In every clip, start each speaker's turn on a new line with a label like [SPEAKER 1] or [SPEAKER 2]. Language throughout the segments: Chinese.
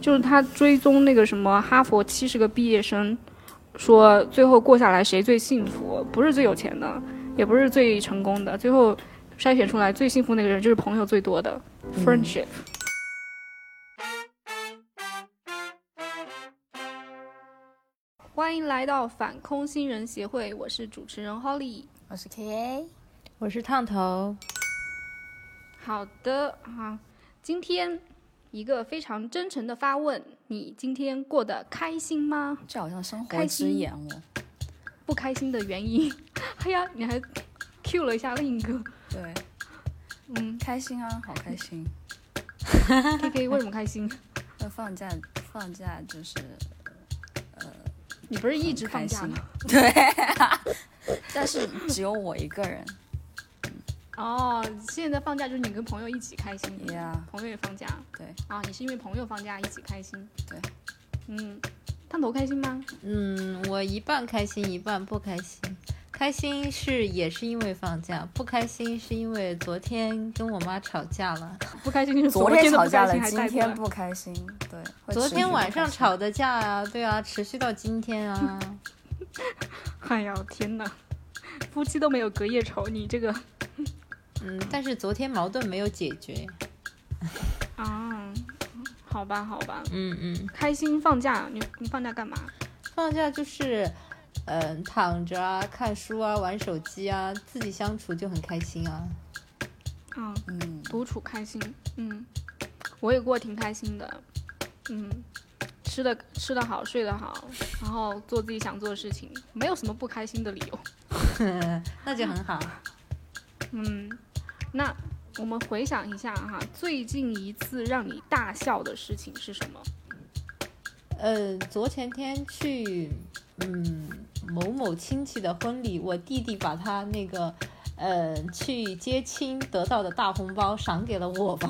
[SPEAKER 1] 就是他追踪那个什么哈佛七十个毕业生，说最后过下来谁最幸福，不是最有钱的，也不是最成功的，最后筛选出来最幸福那个人就是朋友最多的、friendship。欢迎来到反空心人协会，我是主持人 Holly。
[SPEAKER 2] 我是 K A，
[SPEAKER 3] 我是烫头，
[SPEAKER 1] 好的啊，今天一个非常真诚的发问：你今天过得开心吗？
[SPEAKER 2] 这好像生活
[SPEAKER 1] 开
[SPEAKER 2] 之
[SPEAKER 1] 心
[SPEAKER 2] 眼哦。
[SPEAKER 1] 不开心的原因？ 哎呀，你还 Q 了一下另一 个
[SPEAKER 2] 对，嗯，开心啊，好开心。
[SPEAKER 1] K K，为什么开心？
[SPEAKER 2] 那放假放假就是
[SPEAKER 1] 你不是一直放
[SPEAKER 2] 开
[SPEAKER 1] 假
[SPEAKER 2] 心
[SPEAKER 1] 吗？，
[SPEAKER 2] 对、但是只有我一个人。
[SPEAKER 1] 哦，现在放假就是你跟朋友一起开心
[SPEAKER 2] Yeah
[SPEAKER 1] 朋友也放假，
[SPEAKER 2] 对
[SPEAKER 1] 啊，你是因为朋友放假一起开心，
[SPEAKER 2] 对，
[SPEAKER 1] 嗯，烫头开心 吗？
[SPEAKER 3] 嗯，我一半开心，一半不开心。开心是也是因为放假，不开心是因为昨天跟我妈吵架了。
[SPEAKER 1] 不开心就是
[SPEAKER 2] 昨
[SPEAKER 1] 天的
[SPEAKER 2] 吵
[SPEAKER 1] 不
[SPEAKER 2] 架
[SPEAKER 1] 开
[SPEAKER 2] 了
[SPEAKER 1] 心，还带
[SPEAKER 2] 今
[SPEAKER 1] 过来
[SPEAKER 2] 天不开心。对，会
[SPEAKER 3] 昨
[SPEAKER 2] 持续
[SPEAKER 3] 天
[SPEAKER 2] 不
[SPEAKER 3] 晚上
[SPEAKER 2] 开心。
[SPEAKER 3] 吵的架啊，对啊，持续到今天 啊。
[SPEAKER 1] 哎呀，天哪，夫妻都没有隔夜仇，你这个
[SPEAKER 3] 嗯，但是昨天矛盾没有解决。
[SPEAKER 1] 啊，好吧，好吧，
[SPEAKER 3] 嗯嗯，
[SPEAKER 1] 开心放假，你你放假干嘛？
[SPEAKER 3] 放假就是，嗯、躺着啊，看书啊，玩手机啊，自己相处就很开心啊。
[SPEAKER 1] 啊，
[SPEAKER 2] 嗯，
[SPEAKER 1] 独处开心，嗯，我也过得挺开心的，嗯，吃的吃的好，睡得好，然后做自己想做的事情，没有什么不开心的理由。
[SPEAKER 3] 那就很好。
[SPEAKER 1] 嗯，那我们回想一下哈，最近一次让你大笑的事情是什么？
[SPEAKER 3] 呃，昨前天去，嗯，某某亲戚的婚礼，我弟弟把他那个，呃，去接亲得到的大红包赏给了我吧。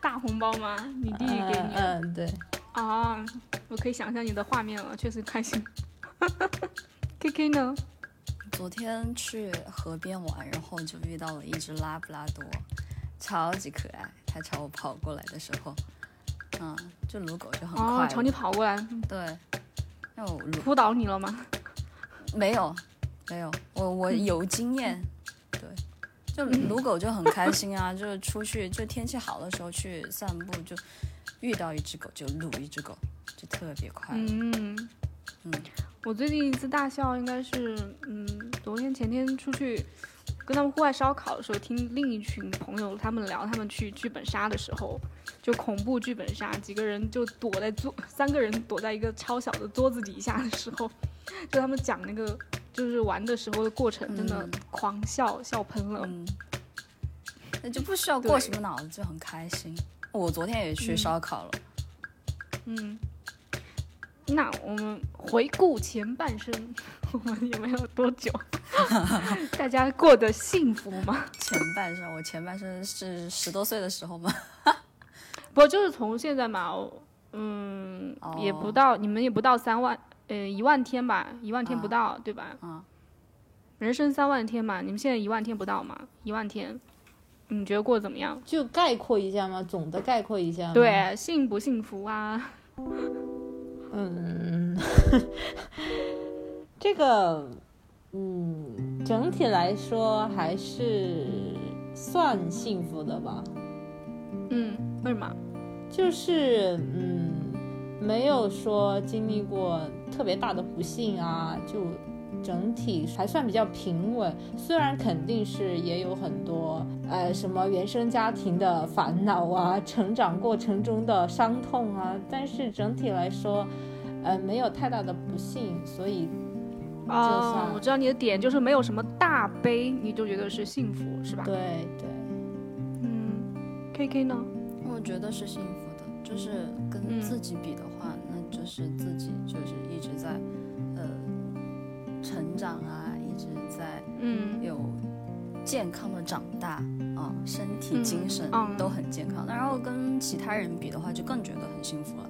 [SPEAKER 1] 大红包吗？你弟弟 给你
[SPEAKER 3] 嗯、
[SPEAKER 2] 呃
[SPEAKER 1] 的？
[SPEAKER 3] 嗯对，
[SPEAKER 1] 啊，我可以想象你的画面了，确实开心。K K 呢？
[SPEAKER 2] 昨天去河边玩，然后就遇到了一只拉布拉多，超级可爱。它朝我跑过来的时候，嗯，就撸狗就很快乐。嗯
[SPEAKER 1] 哦，朝你跑过来，
[SPEAKER 2] 对，那我撸
[SPEAKER 1] 扑倒你了吗？
[SPEAKER 2] 没有，没有，我我
[SPEAKER 1] 嗯
[SPEAKER 2] 有经验，对，就撸狗就很开心啊，就是出去，就天气好的时候去散步，就遇到一只狗就撸一只狗，就特别快乐。
[SPEAKER 1] 嗯，
[SPEAKER 2] 嗯
[SPEAKER 1] 我最近一次大笑应该是，嗯，昨天前天出去跟他们户外烧烤的时候，听另一群朋友他们聊他们去剧本杀的时候，就恐怖剧本杀，几个人就躲在桌，三个人躲在一个超小的桌子底下的时候，就他们讲那个就是玩的时候的过程，真的
[SPEAKER 2] 嗯
[SPEAKER 1] 狂笑、笑喷了。
[SPEAKER 2] 嗯，那就不需要过
[SPEAKER 1] 对
[SPEAKER 2] 什么脑子，就很开心。我昨天也去
[SPEAKER 1] 嗯
[SPEAKER 2] 烧烤了，
[SPEAKER 1] 嗯，那我们回顾前半生， 我们有没有多 久？大家过得幸福吗？
[SPEAKER 2] 前半生我前半生是十多岁的时候嘛，
[SPEAKER 1] 不就是从现在嘛，我嗯，
[SPEAKER 2] 哦
[SPEAKER 1] 也不到你们也不到三万，呃，一万天吧，一万天不到，对吧？
[SPEAKER 2] 啊
[SPEAKER 1] 人生三万天嘛，你们现在一万天不到嘛，一万天，你觉得过得怎么样？
[SPEAKER 3] 就概括一下嘛，总的概括一下。，
[SPEAKER 1] 对，幸不幸福啊？
[SPEAKER 3] 嗯，这个，嗯，整体来说还是算幸福的吧。
[SPEAKER 1] 嗯，为什么？
[SPEAKER 3] 就是嗯，没有说经历过特别大的不幸啊，就整体还算比较平稳。虽然肯定是也有很多呃什么原生家庭的烦恼啊，成长过程中的伤痛啊，但是整体来说，呃，没有太大的不幸，所以
[SPEAKER 1] 哦
[SPEAKER 3] 算，
[SPEAKER 1] 我知道你的点就是没有什么大悲，你就觉得是幸福，是吧？
[SPEAKER 3] 对对。
[SPEAKER 1] 嗯，K K 呢？
[SPEAKER 2] 我觉得是幸福的，就是
[SPEAKER 1] 嗯
[SPEAKER 2] 跟自己比的话，那就是自己就是一直在，呃，成长啊，一直在
[SPEAKER 1] 嗯
[SPEAKER 2] 有健康的长大啊、身体、
[SPEAKER 1] 嗯
[SPEAKER 2] 精神
[SPEAKER 1] 嗯
[SPEAKER 2] 都很健康。那然后跟其他人比的话，就更觉得很幸福了。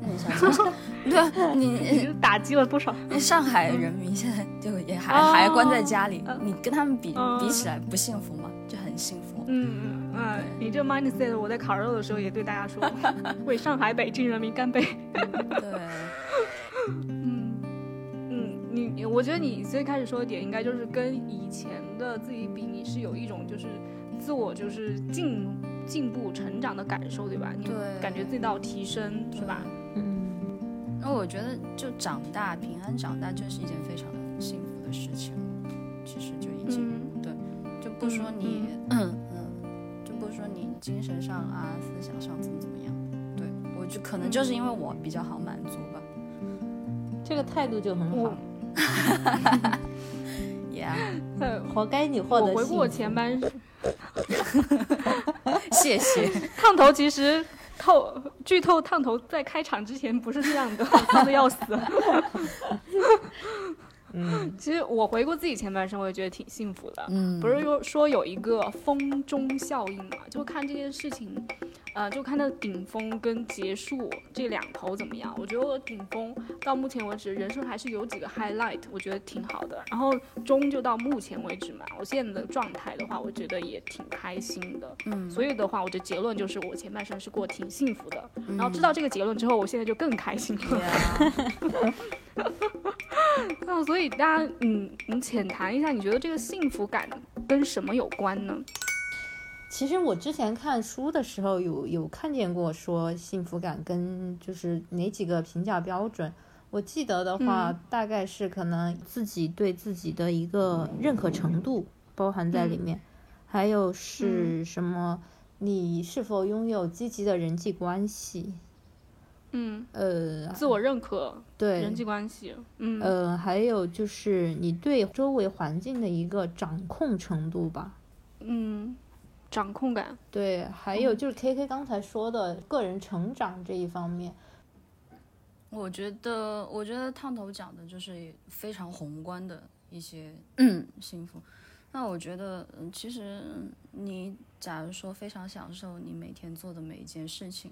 [SPEAKER 2] 那你想想， 对啊，你
[SPEAKER 1] 打击了多少？
[SPEAKER 2] 你上海人民现在就也还、
[SPEAKER 1] 哦
[SPEAKER 2] 还关在家里
[SPEAKER 1] 嗯，
[SPEAKER 2] 你跟他们比、
[SPEAKER 1] 嗯
[SPEAKER 2] 比起来不幸福吗？就很幸福。
[SPEAKER 1] 嗯嗯嗯，你这 mindset 我在烤肉的时候也对大家说， 为上海北京人民干杯。
[SPEAKER 2] 对，
[SPEAKER 1] 嗯嗯，你你我觉得你最开始说的点应该就是跟以前的自己比，你是有一种就是自我就是进进步成长的感受，对吧？你
[SPEAKER 2] 对
[SPEAKER 1] 感觉自己到提升，是吧？
[SPEAKER 3] 嗯，
[SPEAKER 2] 那我觉得就长大平安长大，这是一件非常幸福的事情。其实就已经、
[SPEAKER 1] 嗯
[SPEAKER 2] 就不说你，嗯就不说你精神上啊、思想上怎么怎么样，对我就可能就是因为我比较好满足吧。
[SPEAKER 3] 这个态度就很好
[SPEAKER 1] 我，
[SPEAKER 2] Yeah，
[SPEAKER 1] 呃，
[SPEAKER 3] 活该你获
[SPEAKER 1] 我
[SPEAKER 3] 得幸福。
[SPEAKER 1] 回顾我前半
[SPEAKER 2] 谢谢。
[SPEAKER 1] 烫头其实透剧透烫头在开场之前不是这样的，烫的要死。
[SPEAKER 3] 嗯，
[SPEAKER 1] 其实我回顾自己前半生，我也觉得挺幸福的。
[SPEAKER 2] 嗯，
[SPEAKER 1] 不是说说有一个峰中效应嘛，就看这件事情，呃，就看它的顶峰跟结束这两头怎么样。我觉得我顶峰到目前为止，人生还是有几个 highlight，我觉得挺好的。然后中就到目前为止嘛，我现在的状态的话，我觉得也挺开心的。
[SPEAKER 2] 嗯，
[SPEAKER 1] 所以的话，我的结论就是我前半生是过得挺幸福的。然
[SPEAKER 2] 嗯
[SPEAKER 1] 后知道这个结论之后，我现在就更开心了。
[SPEAKER 2] Yeah，
[SPEAKER 1] 那所以大家，嗯，你浅谈一下，你觉得这个幸福感跟什么有关呢？
[SPEAKER 3] 其实我之前看书的时候有有看见过说幸福感跟就是哪几个评价标准。我记得的话，
[SPEAKER 1] 嗯
[SPEAKER 3] 大概是可能自己对自己的一个认可程度包含在
[SPEAKER 1] 嗯
[SPEAKER 3] 里面，还有是什么？你是否拥有积极的人际关系？
[SPEAKER 1] 嗯，
[SPEAKER 3] 呃，
[SPEAKER 1] 自我认可、
[SPEAKER 3] 对，
[SPEAKER 1] 人际关系，嗯，
[SPEAKER 3] 呃，还有就是你对周围环境的一个掌控程度吧。
[SPEAKER 1] 嗯，掌控感，
[SPEAKER 3] 对，还
[SPEAKER 1] 嗯
[SPEAKER 3] 有就是 K K 刚才说的个人成长这一方面，
[SPEAKER 2] 我觉得，我觉得烫头讲的就是非常宏观的一些幸福。那我觉得，嗯其实嗯你假如说非常享受你每天做的每一件事情，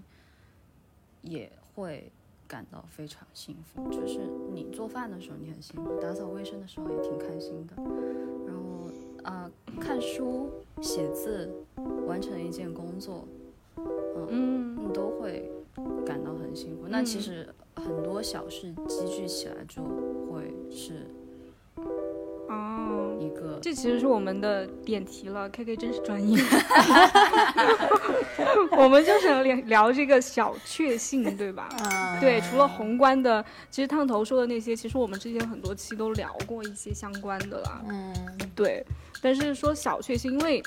[SPEAKER 2] 也会感到非常幸福。就是你做饭的时候你很幸福，打扫卫生的时候也挺开心的，然后啊、看书、写字、完成一件工作，
[SPEAKER 1] 嗯
[SPEAKER 2] 你都会感到很幸福。那其
[SPEAKER 1] 嗯
[SPEAKER 2] 实很多小事积聚起来就会是
[SPEAKER 1] 哦，
[SPEAKER 2] 一个，
[SPEAKER 1] 这其实是我们的点题了，K K 真是专业， 我们就是聊聊这个小确幸，对吧？
[SPEAKER 3] 啊，
[SPEAKER 1] 对，除了宏观的，其实烫头说的那些，其实我们之前很多期都聊过一些相关的啦。
[SPEAKER 3] 嗯，
[SPEAKER 1] 对，但是说小确幸，因为，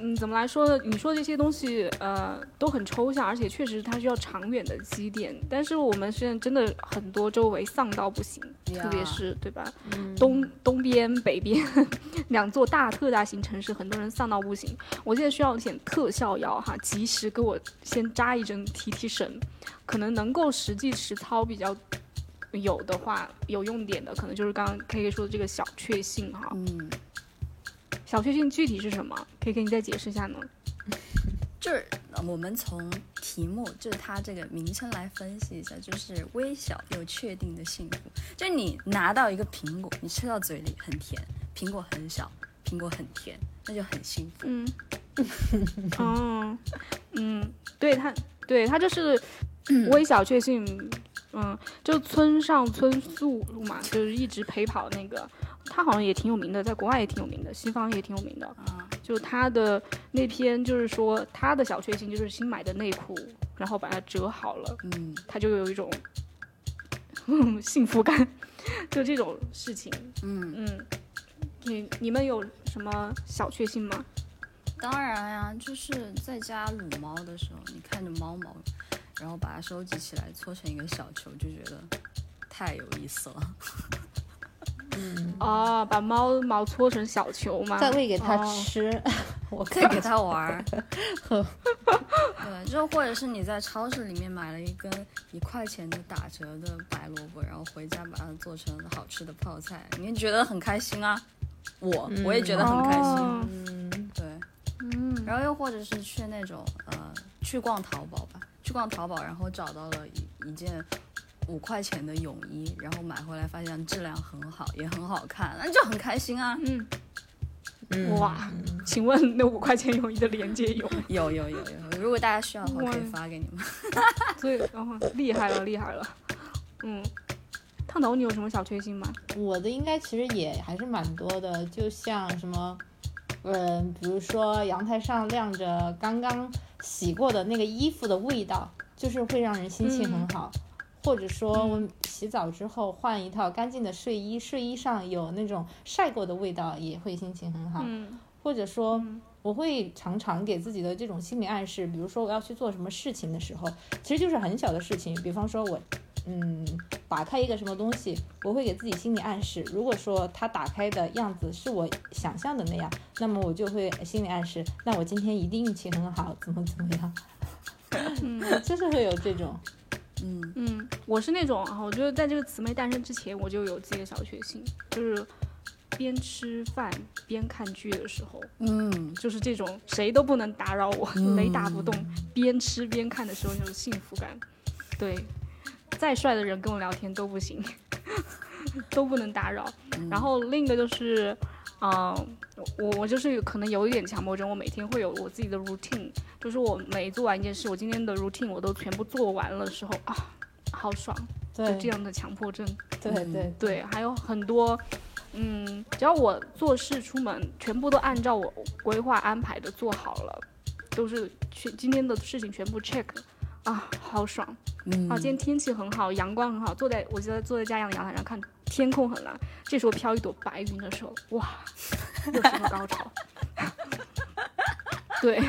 [SPEAKER 1] 嗯，怎么来说呢？你说这些东西，呃，都很抽象，而且确实它需要长远的积淀。但是我们现在真的很多周围丧到不行，特别
[SPEAKER 2] Yeah
[SPEAKER 1] 是对吧？东东边、北边 两座大特大型城市，很多人丧到不行。我现在需要一点特效药哈，及时给我先扎一针提提神，可能能够实际实操比较。有的话，有用点的可能就是刚刚 K K 说的这个小确幸哈，
[SPEAKER 2] 嗯，
[SPEAKER 1] 小确幸具体是什么？K K，你再解释一下呢？
[SPEAKER 2] 就是我们从题目，就是它这个名称来分析一下，就是微小又确定的幸福。就是你拿到一个苹果，你吃到嘴里很甜，苹果很小，苹果很甜，那就很幸福。
[SPEAKER 1] 嗯，哦，嗯，对他，对他就是微小确幸，嗯，就村上春树嘛，就是一直陪跑那个，他好像也挺有名的，在国外也挺有名的，西方也挺有名的。
[SPEAKER 2] 啊，
[SPEAKER 1] 就他的那篇，就是说他的小确幸就是新买的内裤，然后把它折好了，
[SPEAKER 2] 嗯，
[SPEAKER 1] 他就有一种 幸福感，就这种事情。
[SPEAKER 2] 嗯
[SPEAKER 1] 嗯，你你们有什么小确幸吗？
[SPEAKER 2] 当然呀，就是在家撸猫的时候，你看着猫毛，然后把它收集起来，搓成一个小球，就觉得太有意思了。
[SPEAKER 1] 哦，把猫毛搓成小球吗？
[SPEAKER 3] 再喂给它
[SPEAKER 1] 哦
[SPEAKER 3] 吃，我
[SPEAKER 2] 可以给它玩 儿。对，就或者是你在超市里面买了一根一块钱的打折的白萝卜，然后回家把它做成好吃的泡菜，你会觉得很开心啊。我
[SPEAKER 3] 嗯
[SPEAKER 2] 我也觉得很开心。
[SPEAKER 1] 哦
[SPEAKER 3] 嗯，
[SPEAKER 2] 对，
[SPEAKER 1] 嗯
[SPEAKER 2] 然后又或者是去那种呃，去逛淘宝吧，去逛淘宝，然后找到了一一件五块钱的泳衣， 然后买回来发现质量很好，也很好看，那就很开心啊。
[SPEAKER 1] 嗯
[SPEAKER 2] 嗯
[SPEAKER 1] 哇，请问那五块钱友谊的连接有吗？
[SPEAKER 2] 有有有有，如果大家需要的话，
[SPEAKER 1] 哇
[SPEAKER 2] 可以发给你们。
[SPEAKER 1] 所以，然后厉害了，厉害了。嗯，烫头，你有什么小确幸吗？
[SPEAKER 3] 我的应该其实也还是蛮多的，就像什么，嗯，比如说阳台上晾着刚刚洗过的那个衣服的味道，就是会让人心情很好。或者说我洗澡之后换一套干净的睡衣，睡衣上有那种晒过的味道，也会心情很好。
[SPEAKER 1] 嗯
[SPEAKER 3] 或者说，我会常常给自己的这种心理暗示，比如说我要去做什么事情的时候，其实就是很小的事情，比方说我，嗯，打开一个什么东西，我会给自己心理暗示，如果说它打开的样子是我想象的那样，那么我就会心理暗示，那我今天一定运气很好，怎么怎么样，
[SPEAKER 1] 嗯
[SPEAKER 3] 就是会有这种，
[SPEAKER 2] 嗯，
[SPEAKER 1] 嗯，我是那种啊，我觉得在这个词没诞生之前，我就有自己的小确幸，就是边吃饭边看剧的时候，
[SPEAKER 2] 嗯，
[SPEAKER 1] 就是这种谁都不能打扰我，雷打不动，边吃边看的时候那种幸福感。对，再帅的人跟我聊天都不行， 都不能打扰。然后另一个就是，嗯、我我就是可能有一点强迫症，我每天会有我自己的 routine，就是我每做完一件事，我今天的 routine 我都全部做完了之后啊，好爽，就
[SPEAKER 3] 对
[SPEAKER 1] 这样的嗯强迫症。
[SPEAKER 3] 对对
[SPEAKER 1] 对，还有很多，嗯，只要我做事出门，全部都按照我规划安排的做好了，都是全今天的事情全部 check 啊，好爽！
[SPEAKER 2] 嗯
[SPEAKER 1] 啊，今天天气很好，阳光很好，坐在我就在坐在家阳阳台上看天空很蓝，这时候飘一朵白云的时候，哇，又是个高潮。 对，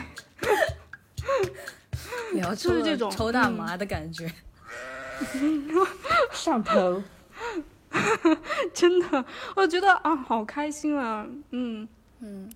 [SPEAKER 2] 聊出
[SPEAKER 1] 就是
[SPEAKER 2] 了
[SPEAKER 1] 这种
[SPEAKER 2] 抽大麻的感觉。
[SPEAKER 3] 上头，
[SPEAKER 1] 真的，我觉得啊，好开心啊，嗯。
[SPEAKER 2] 嗯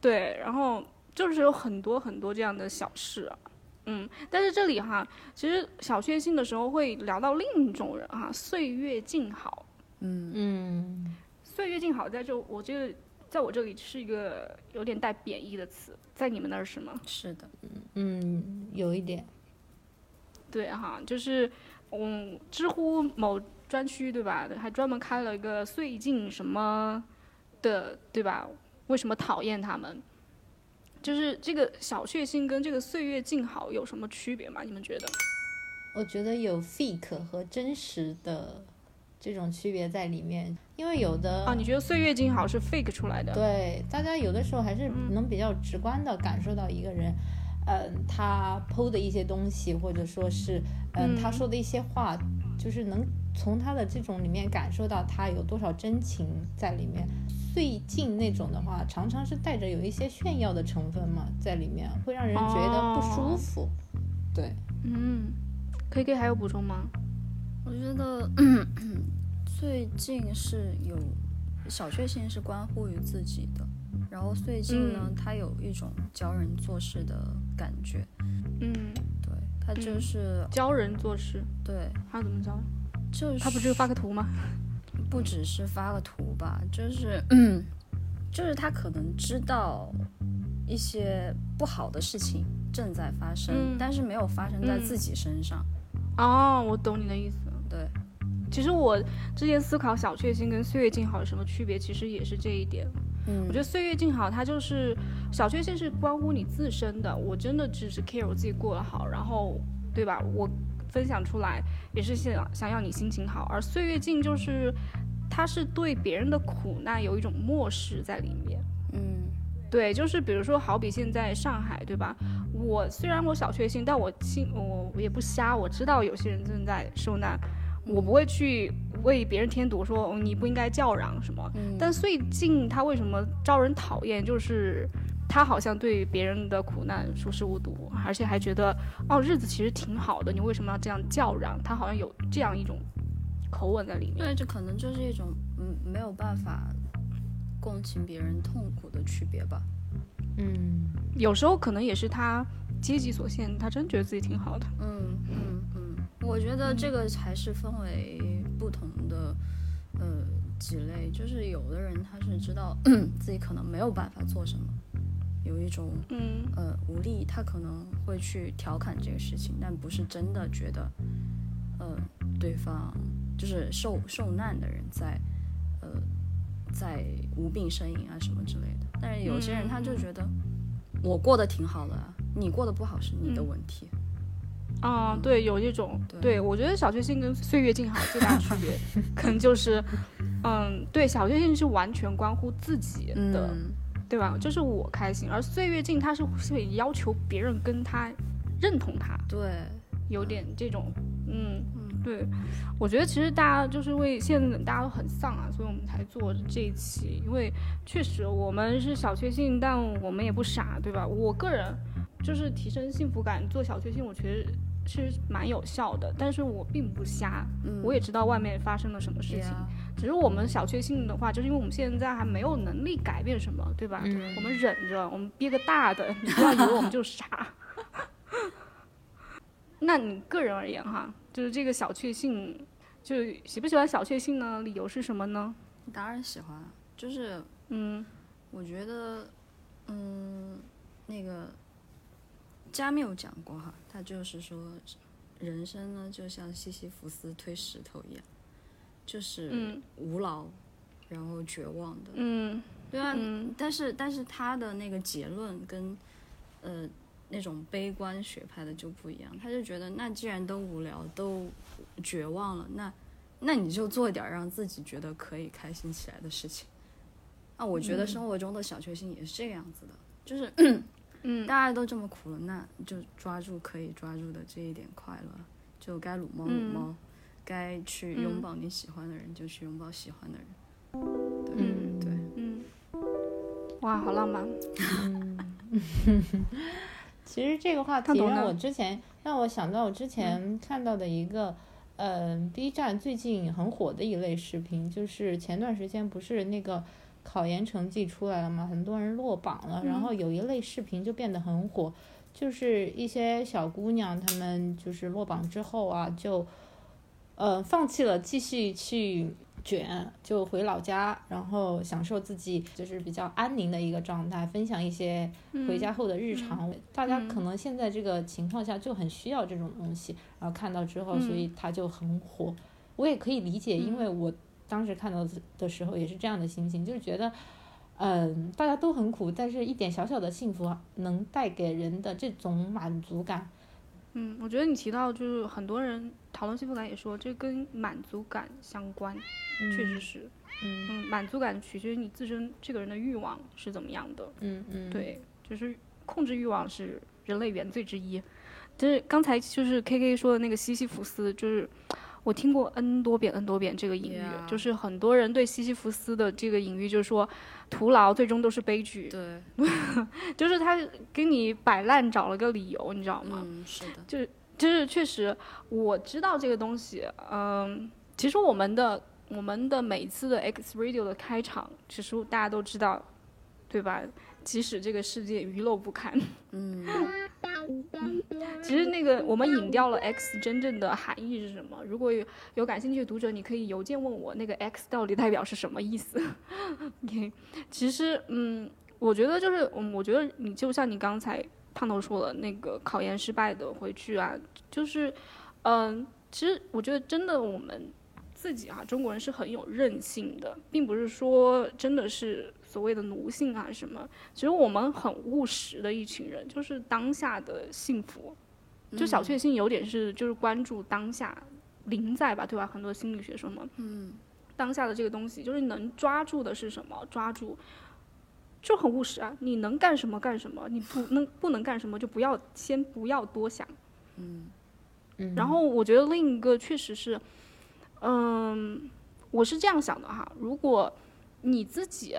[SPEAKER 1] 对，然后就是有很多很多这样的小事、啊，嗯，但是这里哈，其实小确幸的时候会聊到另一种人哈，岁月静好，
[SPEAKER 2] 嗯
[SPEAKER 3] 嗯
[SPEAKER 1] 岁月静好在这我这个在我这里是一个有点带贬义的词，在你们那儿是吗？
[SPEAKER 2] 是的，
[SPEAKER 3] 嗯，有一点，
[SPEAKER 1] 对哈，就是嗯，知乎某专区对吧，还专门开了一个最近什么的对吧？为什么讨厌他们？就是这个小确幸跟这个岁月静好有什么区别吗？你们觉得？
[SPEAKER 3] 我觉得有 fake 和真实的这种区别在里面，因为有的
[SPEAKER 1] 啊，你觉得岁月静好是 fake 出来的？
[SPEAKER 3] 对，大家有的时候还是能比较直观的感受到一个人，嗯、他剖的一些东西，或者说是，嗯、他说的一些话，就是能从他的这种里面感受到他有多少真情在里面。最近那种的话，常常是带着有一些炫耀的成分嘛，在里面会让人觉得不舒
[SPEAKER 1] 哦
[SPEAKER 3] 服。对，
[SPEAKER 1] 嗯，K K 还有补充吗？
[SPEAKER 2] 我觉得最近是有小确幸是关乎于自己的，然后最近呢，
[SPEAKER 1] 嗯
[SPEAKER 2] 它有一种教人做事的感觉，
[SPEAKER 1] 嗯，
[SPEAKER 2] 对，它就是、
[SPEAKER 1] 教人做事，
[SPEAKER 2] 对，
[SPEAKER 1] 他怎么教？
[SPEAKER 2] 就是
[SPEAKER 1] 他不是发个图吗？
[SPEAKER 2] 不只是发个图吧，就是嗯，就是他可能知道一些不好的事情正在发生，
[SPEAKER 1] 嗯
[SPEAKER 2] 但是没有发生在
[SPEAKER 1] 嗯
[SPEAKER 2] 自己身上。
[SPEAKER 1] 哦，我懂你的意思。
[SPEAKER 2] 对，
[SPEAKER 1] 其实我之前思考小确幸跟岁月静好有什么区别，其实也是这一点。
[SPEAKER 2] 嗯，
[SPEAKER 1] 我觉得岁月静好，它就是小确幸是关乎你自身的。我真的只是 care 我自己过得好，然后对吧？我分享出来也是想想要你心情好，而岁月静就是它是对别人的苦难有一种漠视在里面。
[SPEAKER 2] 嗯
[SPEAKER 1] 对，就是比如说，好比现在上海，对吧？我虽然我小确幸，但我心我我也不瞎，我知道有些人正在受难，我不会去为别人添堵说，哦你不应该叫嚷什么。
[SPEAKER 2] 嗯，
[SPEAKER 1] 但最近他为什么招人讨厌？就是他好像对别人的苦难熟视无睹，而且还觉得哦，日子其实挺好的，你为什么要这样叫嚷？他好像有这样一种口吻在里面。
[SPEAKER 2] 对，这可能就是一种嗯没有办法共情别人痛苦的区别吧。
[SPEAKER 3] 嗯，
[SPEAKER 1] 有时候可能也是他阶级所限，他真觉得自己挺好的。
[SPEAKER 2] 嗯嗯嗯，我觉得这个还是分为不同的呃几类，就是有的人他是知道 自己可能没有办法做什么，有一种
[SPEAKER 1] 嗯
[SPEAKER 2] 呃无力，他可能会去调侃这个事情，但不是真的觉得呃对方就是受受难的人在呃在无病呻吟啊什么之类的。但是有些人他就觉得我过得挺好的啊，你过得不好是你的问题。
[SPEAKER 1] 啊，对，有一种，
[SPEAKER 2] 对
[SPEAKER 1] 对我觉得小确幸跟岁月静好最大的区别， 可能就是，嗯，对，小确幸是完全关乎自己的，
[SPEAKER 2] 嗯
[SPEAKER 1] 对吧？就是我开心，而岁月静它是会要求别人跟他认同他，
[SPEAKER 2] 对，
[SPEAKER 1] 有点这种，嗯，对，我觉得其实大家就是因为现在大家都很丧啊，所以我们才做这一期，因为确实我们是小确幸，但我们也不傻，对吧？我个人就是提升幸福感做小确幸，我觉得是蛮有效的，但是我并不瞎，
[SPEAKER 2] 嗯，
[SPEAKER 1] 我也知道外面发生了什么事情。
[SPEAKER 2] Yeah，
[SPEAKER 1] 只是我们小确幸的话，就是因为我们现在还没有能力改变什么，对吧？
[SPEAKER 3] 嗯
[SPEAKER 1] 我们忍着，我们憋个大的，你不要以为我们就傻。那你个人而言哈，就是这个小确幸，就喜不喜欢小确幸呢？理由是什么呢？
[SPEAKER 2] 当然喜欢，啊，就是
[SPEAKER 1] 嗯
[SPEAKER 2] 我觉得，嗯，那个加缪讲过哈，他就是说，人生呢就像西西弗斯推石头一样，就是
[SPEAKER 1] 嗯
[SPEAKER 2] 无劳，然后绝望的。
[SPEAKER 1] 嗯
[SPEAKER 2] 对啊，
[SPEAKER 1] 嗯
[SPEAKER 2] 但是但是他的那个结论跟呃那种悲观学派的就不一样，他就觉得那既然都无聊都绝望了，那那你就做一点儿让自己觉得可以开心起来的事情。那我觉得生活中的小确幸也是这个样子的，就是
[SPEAKER 1] 嗯
[SPEAKER 2] 大家都这么苦了，那就抓住可以抓住的这一点快乐，就该撸猫撸
[SPEAKER 1] 嗯
[SPEAKER 2] 猫，该去
[SPEAKER 1] 嗯
[SPEAKER 2] 拥抱你喜欢的人就去拥抱喜欢的人。对、
[SPEAKER 1] 嗯
[SPEAKER 2] 对。
[SPEAKER 1] 嗯，哇，好浪漫。
[SPEAKER 3] 其实这个话
[SPEAKER 1] 烫
[SPEAKER 3] 题
[SPEAKER 1] 头
[SPEAKER 3] 让
[SPEAKER 1] 呢
[SPEAKER 3] 我之前让我想到我之前看到的一个，嗯、b 站最近很火的一类视频，就是前段时间不是那个考研成绩出来了嘛，很多人落榜了，然后有一类视频就变得很火，就是一些小姑娘她们就是落榜之后啊，就，呃，放弃了继续去卷，就回老家，然后享受自己就是比较安宁的一个状态，分享一些
[SPEAKER 1] 嗯
[SPEAKER 3] 回家后的日常。大家可能现在这个情况下就很需要这种东西，然后看到之后，所以它就很火。我也可以理解，因为我当时看到的时候也是这样的心情，就是觉得。嗯，大家都很苦，但是一点小小的幸福啊能带给人的这种满足感，
[SPEAKER 1] 嗯，我觉得你提到就是很多人讨论幸福感也说，这跟满足感相关，确实是。
[SPEAKER 3] 嗯，
[SPEAKER 1] 嗯，满足感取决于你自身这个人的欲望是怎么样的。
[SPEAKER 3] 嗯嗯，
[SPEAKER 1] 对，就是控制欲望是人类原罪之一。就是刚才就是 K K 说的那个西西弗斯，就是我听过 N 多遍 N 多遍这个隐喻
[SPEAKER 2] Yeah
[SPEAKER 1] 就是很多人对西西弗斯的这个隐喻，就是说徒劳最终都是悲剧，
[SPEAKER 2] 对，
[SPEAKER 1] 就是他给你摆烂找了个理由，你知道吗？
[SPEAKER 2] 嗯，是的，
[SPEAKER 1] 就是确实我知道这个东西，嗯，其实我们的我们的每一次的 X Radio 的开场，其实大家都知道，对吧？即使这个世界鱼肉不堪，
[SPEAKER 2] 嗯，
[SPEAKER 1] 其实那个我们引掉了 X 真正的含义是什么？如果有有感兴趣的读者，你可以邮件问我那个 X 到底代表是什么意思。OK，其实嗯，我觉得就是嗯，我觉得你就像你刚才胖头说的那个考研失败的回去啊，就是嗯，其实我觉得真的我们自己啊，中国人是很有韧性的，并不是说真的是所谓的奴性啊什么。其实我们很务实的一群人，就是当下的幸福，就小确幸有点是就是关注当下临在吧，对吧？很多心理学说嘛，嗯，当下的这个东西就是能抓住的是什么，抓住。就很务实啊，你能干什么干什么，你不能不能干什么就不要先不要多想，
[SPEAKER 3] 嗯，
[SPEAKER 1] 然后我觉得另一个确实是，嗯，我是这样想的哈，如果你自己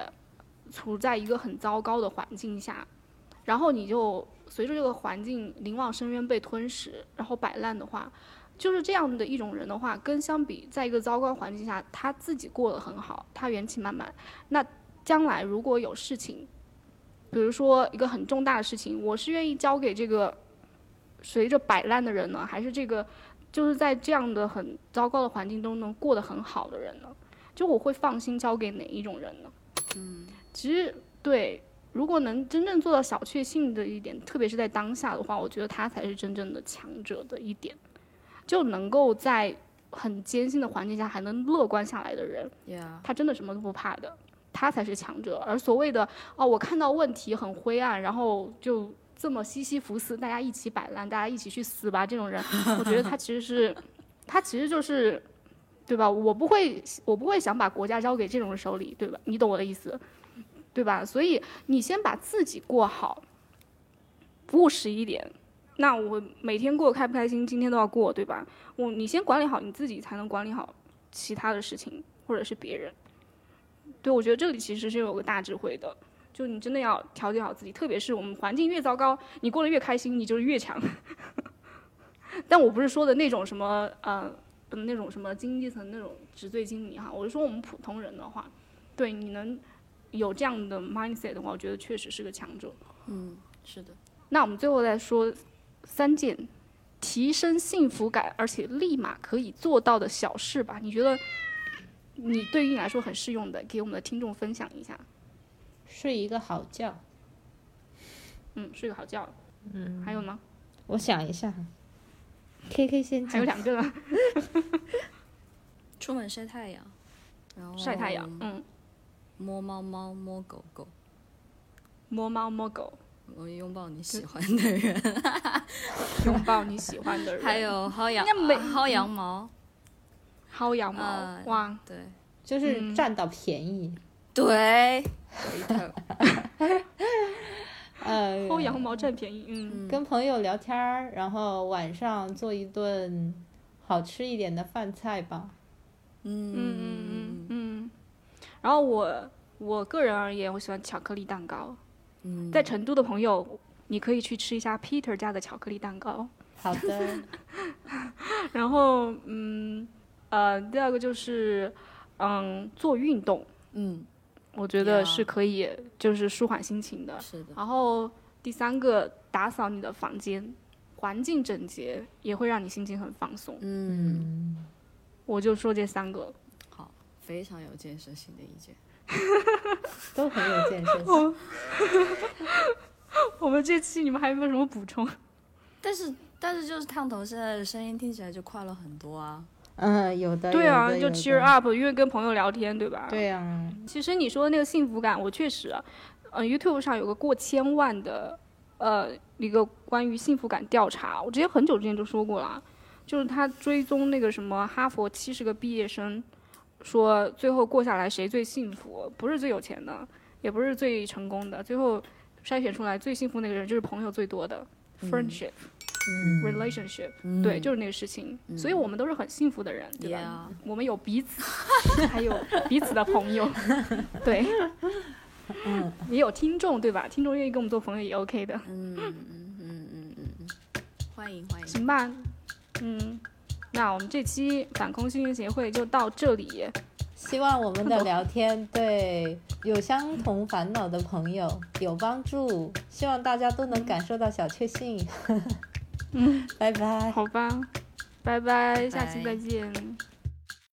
[SPEAKER 1] 处在一个很糟糕的环境下，然后你就随着这个环境临往深渊被吞噬，然后摆烂的话，就是这样的一种人的话，跟相比在一个糟糕环境下，他自己过得很好，他元气满满，那将来如果有事情，比如说一个很重大的事情，我是愿意交给这个随着摆烂的人呢，还是这个就是在这样的很糟糕的环境中能过得很好的人呢？就我会放心交给哪一种人呢？嗯，其实对，如果能真正做到小确幸的一点，特别是在当下的话，我觉得他才是真正的强者的一点，就能够在很艰辛的环境下还能乐观下来的人，
[SPEAKER 2] 呀，
[SPEAKER 1] 他真的什么都不怕的。他才是强者。而所谓的哦，我看到问题很灰暗，然后就这么西西弗斯，大家一起摆烂，大家一起去死吧，这种人，我觉得他其实是，他其实就是，对吧？我不会，我不会想把国家交给这种人手里，对吧？你懂我的意思，对吧？所以你先把自己过好，务实一点。那我每天过开不开心，今天都要过，对吧？我你先管理好你自己，才能管理好其他的事情或者是别人。对，我觉得这里其实是有个大智慧的，就你真的要调节好自己，特别是我们环境越糟糕，你过得越开心，你就是越强。 但我不是说的那种什么呃嗯那种什么经济层那种纸醉金迷哈，我是说我们普通人的话，对你能有这样的 mindset 的话，我觉得确实是个强者。
[SPEAKER 2] 是的，
[SPEAKER 1] 那我们最后再说三件提升幸福感，而且立马可以做到的小事吧。你觉得你对于你来说很适用的，给我们的听众分享一下。
[SPEAKER 3] 睡一个好觉。
[SPEAKER 1] 嗯，睡个好觉。嗯，还有呢？
[SPEAKER 3] 我想一下，K K 先
[SPEAKER 1] 还有
[SPEAKER 3] 讲。
[SPEAKER 1] 两个呢，
[SPEAKER 2] 出门晒太阳，然后
[SPEAKER 1] 晒太阳，，嗯，
[SPEAKER 2] 摸猫猫，摸狗狗，
[SPEAKER 1] 摸猫摸狗，
[SPEAKER 2] 我拥抱你喜欢的人，
[SPEAKER 1] 拥抱你喜欢的人，
[SPEAKER 2] 还有薅羊，
[SPEAKER 1] 那每
[SPEAKER 2] 薅羊毛，
[SPEAKER 1] 薅羊毛，
[SPEAKER 2] 呃
[SPEAKER 1] 哇，
[SPEAKER 2] 对
[SPEAKER 3] 就是占到便宜。
[SPEAKER 2] 对， 回头
[SPEAKER 3] 呃，
[SPEAKER 1] 薅羊毛占便宜，嗯，
[SPEAKER 3] 跟朋友聊天儿，然后晚上做一顿好吃一点的饭菜吧。
[SPEAKER 1] 嗯嗯嗯嗯。然后我我个人而言，我喜欢巧克力蛋糕。嗯，在成都的朋友，你可以去吃一下 Peter 家的巧克力蛋糕。
[SPEAKER 3] 好的，
[SPEAKER 1] 然后，嗯，呃，第二个就是，嗯，做运动，
[SPEAKER 2] 嗯，
[SPEAKER 1] 我觉得
[SPEAKER 2] Yeah
[SPEAKER 1] 是可以，就是舒缓心情的。
[SPEAKER 2] 是的，
[SPEAKER 1] 然后第三个，打扫你的房间，环境整洁也会让你心情很放松。
[SPEAKER 2] 嗯，
[SPEAKER 1] 我就说这三个。
[SPEAKER 2] 好，非常有建设性的意见，
[SPEAKER 3] 都很有建设
[SPEAKER 1] 哦
[SPEAKER 3] 性。
[SPEAKER 1] 我们这期你们还有没有什么补充？
[SPEAKER 2] 但是但是就是烫头现在的声音听起来就快乐很多啊，
[SPEAKER 3] 嗯，有的。
[SPEAKER 1] 对啊，
[SPEAKER 3] 有的
[SPEAKER 1] 就
[SPEAKER 3] 有的
[SPEAKER 1] cheer up，因为跟朋友聊天，对吧？。
[SPEAKER 3] 对啊，
[SPEAKER 1] 其实你说的那个幸福感，我确实，呃，YouTube 上有个过千万的，呃，一个关于幸福感调查，我之前很久之前就说过了，就是他追踪那个什么哈佛七十个毕业生，说最后过下来谁最幸福，不是最有钱的，也不是最成功的，最后筛选出来最幸福那个人就是朋友最多的。friendship、relationship，、对，就是那个事情，所以我们都是很幸福的人，对吧
[SPEAKER 2] Yeah
[SPEAKER 1] 我们有彼此， 还有彼此的朋友，对，也有听众，对吧？听众愿意跟我们做朋友也 OK 的，
[SPEAKER 2] 欢迎欢迎，
[SPEAKER 1] 行吧？嗯，那我们这期反空心灵协会就到这里，
[SPEAKER 3] 希望我们的聊天对有相同烦恼的朋友有帮助，希望大家都能感受到小确 幸。嗯，拜拜。
[SPEAKER 1] 好吧？拜拜，下期再
[SPEAKER 2] 拜
[SPEAKER 1] 见。